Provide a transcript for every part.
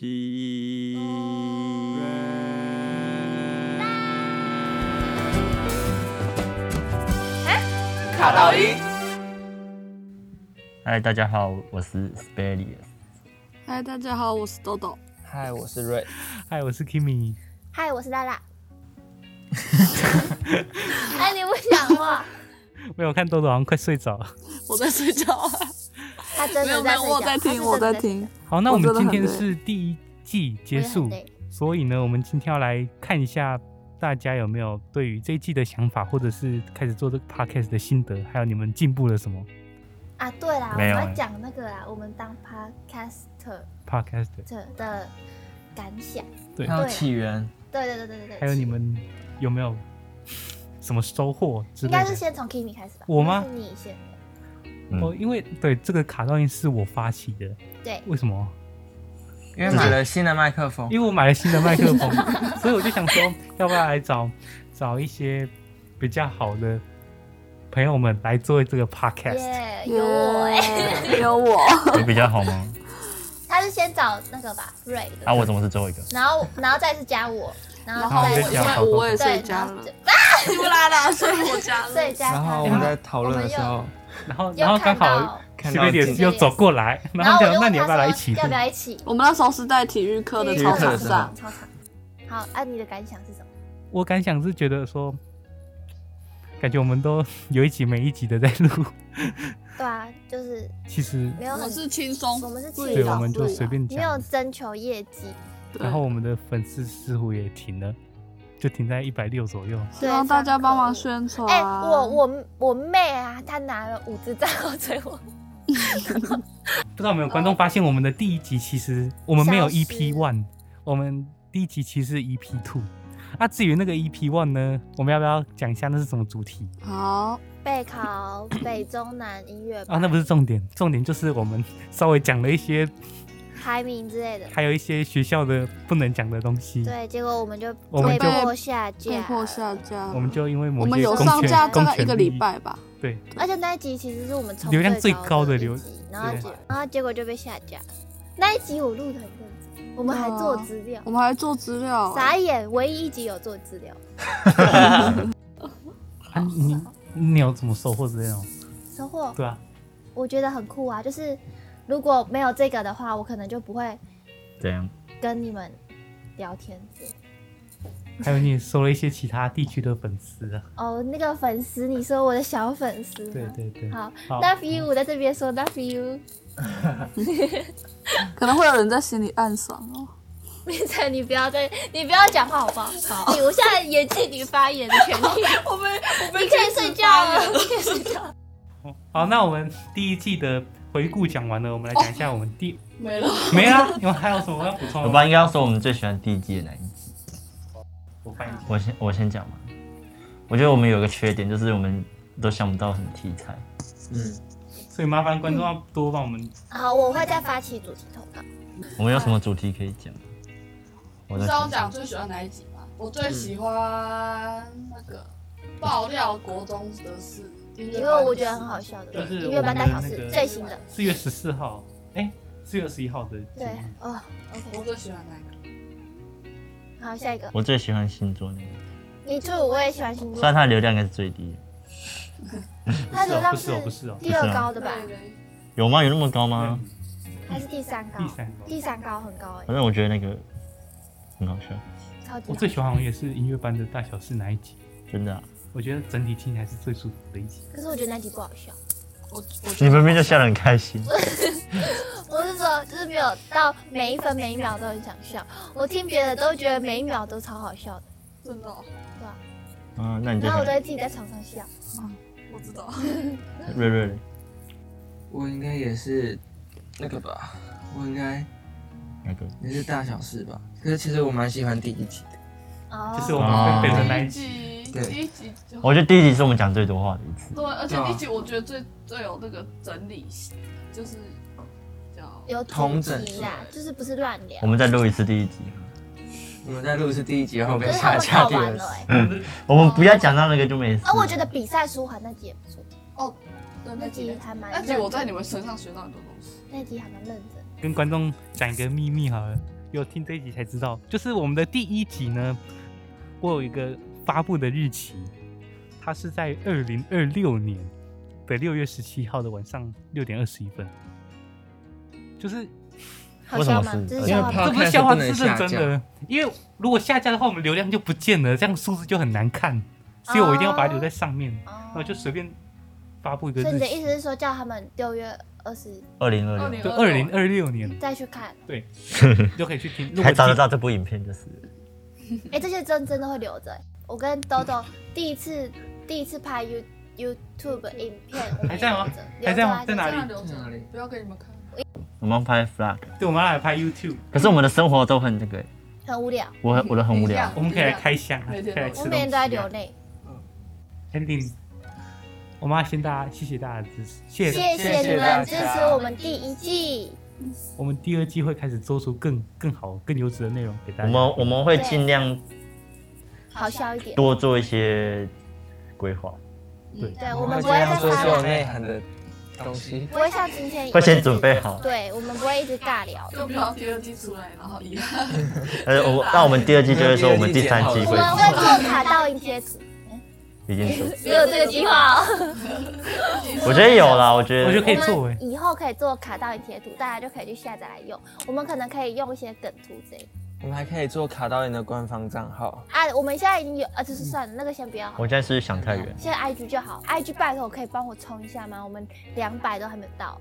西。卡到音。嗨，大家好，我是 Spelius。嗨，大家好，我是豆豆。嗨，我是瑞。嗨，我是 Kimi。嗨，我是拉拉。哎，你不想我？没有看豆豆好像快睡着了。我在睡觉啊，他真没有的没在有，睡我觉，在他是听，真我在的。听。好，那我我们觉得今很天累是第一季结我束也很累，所以呢，我们今天要来看一下大家有没有对于这一季的想法，或者是开始做这个 podcast 的心得，还有你们进步了什么啊，对啦，我没们有要欸讲那个啦，我们当 podcaster podcast，的感想。对还有对起源，对对对对对对。还有你们有没有什么收获之应类该是的。先从 Kimi 开始吧？我吗还是你先。哦，因为对这个卡噪音是我发起的，对，为什么？因为买了新的麦克风，因为我买了新的麦克风， 所以我就想说，要不要来找找一些比较好的朋友们来做这个 podcast？耶，有我哎。耶有我，你比较好 吗？他是先找那个吧，瑞的。啊，我怎么是最后一个？然后，然后再是加我，然然后后再我是现加在我我也对，睡然觉后了，就你们拉拉睡我家 了。再加然后他我们在讨论的时候，然后，然又后刚看好到，看西到贝景点又走过来，然然后后讲我就那问你要他不要来一说起录要？不要一起？我们那时候是在体育课的体育操课场的时候上，操场。好，啊，你的感想是什么？我感想是觉得说，感觉我们都有一集没一集的在录，对啊，就是其实没有我很们，是轻松我，们是自己对对我找们就对啊随便没有讲，征求业绩，对然后我们的粉丝似乎也停了，就停在一百六左右。希望大家帮忙宣传。哎、我我我妹啊，她拿了五只账号追我，不知道有没有哦观众发现，我们的第一集其实我们没有消失 EP one，我们第一集其实是 EP two。啊，至于那个 EP one 呢，我们要不要讲一下那是什么主题好，备考北中南音乐啊？那不是重点，重点就是我们稍微讲了一些，排名之类的。还有一些学校的不能讲的东西。对，结果我们就我被们就迫下架，被迫下架了。我们就因为某我们些有公上权架大公概权一个利礼益，拜吧。对，而且那一集其实是我们冲流量最最高的的流一集，然后对就然后结果就被下架。那一集我录的很认真，我们啊还做资料我，们还做资料，傻眼，唯一一集有做资料，啊，你你有怎么收获之类的吗？收获对啊，我觉得很酷啊。就是如果没有这个的话，我可能就不会怎样？跟你们聊天之类的还有你也收了一些其他地区的粉丝啊。哦，那个粉丝，你说我的小粉丝吗？对对对，好好，Love you，我在这边说 Love you，可能会有人在心里暗爽哦。明晨你不要再，你不要讲话好不好？好，我现在也禁你发言的权 利，我们我你可以睡觉了， 你可以睡觉了。好，那我们第一季的回顾讲完了，我们来讲一下我们第、没了。 没啦，你们还有什么要补充我的吧，吗？应该要说我们最喜欢第一季的哪一集？我翻译一下。我先我先讲嘛。我觉得我们有个缺点，就是我们都想不到什么题材。嗯，所以麻烦观众要多帮我们。好，我会再发起主题投稿。我们有什么主题可以讲？我你在知道我想讲最喜欢哪一集吗？我最喜欢那个爆料国中的事，因因为我觉得很好。笑的，就是音乐班大考我们的那试个最新的，四月十四号，哎、四月十一号的节对目。哦，OK，我最喜欢哪一个？好，下一个，我最喜欢星座那个，你兔我也喜欢星虽座然，它的流量应该是最低的，它流不浪是哦，不是哦，不是哦第二高的吧，对有吗？有那么高吗？还是第三高嗯第？三个。第三高很高哎反，正我觉得那个很好笑，超级我好最喜欢好像也是音乐班的大小是哪一集？真的啊、我觉得整体听起来是最舒服的一集。可是我觉得那集不好笑，我我你觉得明明就笑得很开 心。我是说就是没有到每一分每一秒都很想笑，我听别的都觉得每一秒都超好笑的，真的哦，嗯、那你就然后我想都会自己在床上笑。我知道。瑞瑞嘞，我应该也是那个吧，我应该那个也是大小事吧。可是其实我蛮喜欢第一集的，哦就是我们分配的那第一 一集。集，对第一集就我觉得第一集是我们讲最多话的一次。对，而且对啊第一集我觉得最最有那个整理性，就是叫有同整集啦，就是不是乱聊我，们再录一次第一集。我们在录是第一集，然后可被是他们下架考第完二了次。哎，我们不要讲到那个就没事。啊，我觉得比赛舒缓那集也不错，对那那集集，还蛮那认集真，我在你们身上学到很多东西。那集还蛮认真。跟观众讲一个秘密好了，有听这一集才知道，就是我们的第一集呢，我有一个发布的日期，它是在二零二六年的六月十七号的晚上六点二十一分，就是好笑吗为什么？是这是因笑为话怕吗？这不是笑话，不能这是认下真架的。因为如果下架的话，我们流量就不见了，这样数字就很难看，所以我一定要把它留在上面，然哦后就随便发布一个所以日你哦的期，意思是说叫他们六月二十二零哦二六就2026二零二六年再去看？ 就可以去听。如果还找得听到这部影片，就是哎、这些真真的会留着、欸我跟豆 豆第一次第一次拍 You YouTube 影片，我们还在吗也留着留着啊还在吗在哪这里样留在哪里着，不要给你们看。我们拍 flag，对，我们要来拍 YouTube，可是我们的生活都很这个，很无聊，我很我都很无一聊样。我们可以来开箱啊，可每以天来吃我东每天都在西流啊。泪。 Ending，我们要先大家谢谢大家的支持，谢谢。谢谢你们支持我们第一季，我们第二季会开始做出更更好、更优质的内容给大我家。们我们会尽量好笑一点。多做一些规划，对对，我我们们不这会样再做发是有表，内涵的东西。不会像今天一会先样。准备好。对，我们不会一直尬聊。就不要第二季出来，然后遗 憾。呃，我那我们第二季就会说我们第三季我会们会做卡到音贴 纸，已经说，只有这个计划哦。我觉得有啦，我觉我觉得得可以做我哎们以后可以做卡到音贴图，大家就可以去下载来用。我们可能可以用一些梗图之类的。我们还可以做卡导演的官方账号，啊，我们现在已经有啊，就是算了，那个先不要好了我。现在是不是想太远，现在 IG 就好，IG 拜托可以帮我冲一下吗？我们两百都还没有到，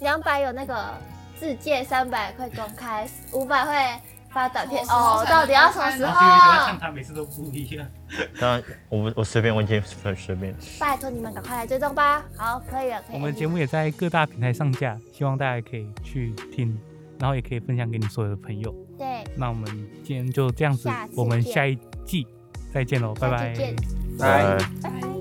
两百有那个自介，三百会公开，五百会发短片什么时候哦，才到底要什么能时公开呢然后就会觉得候看？他每次都不一样。当然我不我随便，我已经很随便。拜托你们赶快来追踪吧。好，可以了，可以了。我们节目也在各大平台上架，希望大家可以去听，然后也可以分享给你所有的朋友。对，那我们今天就这样子下次，见我们下一季再见喽，拜下拜次。见拜。呃拜拜。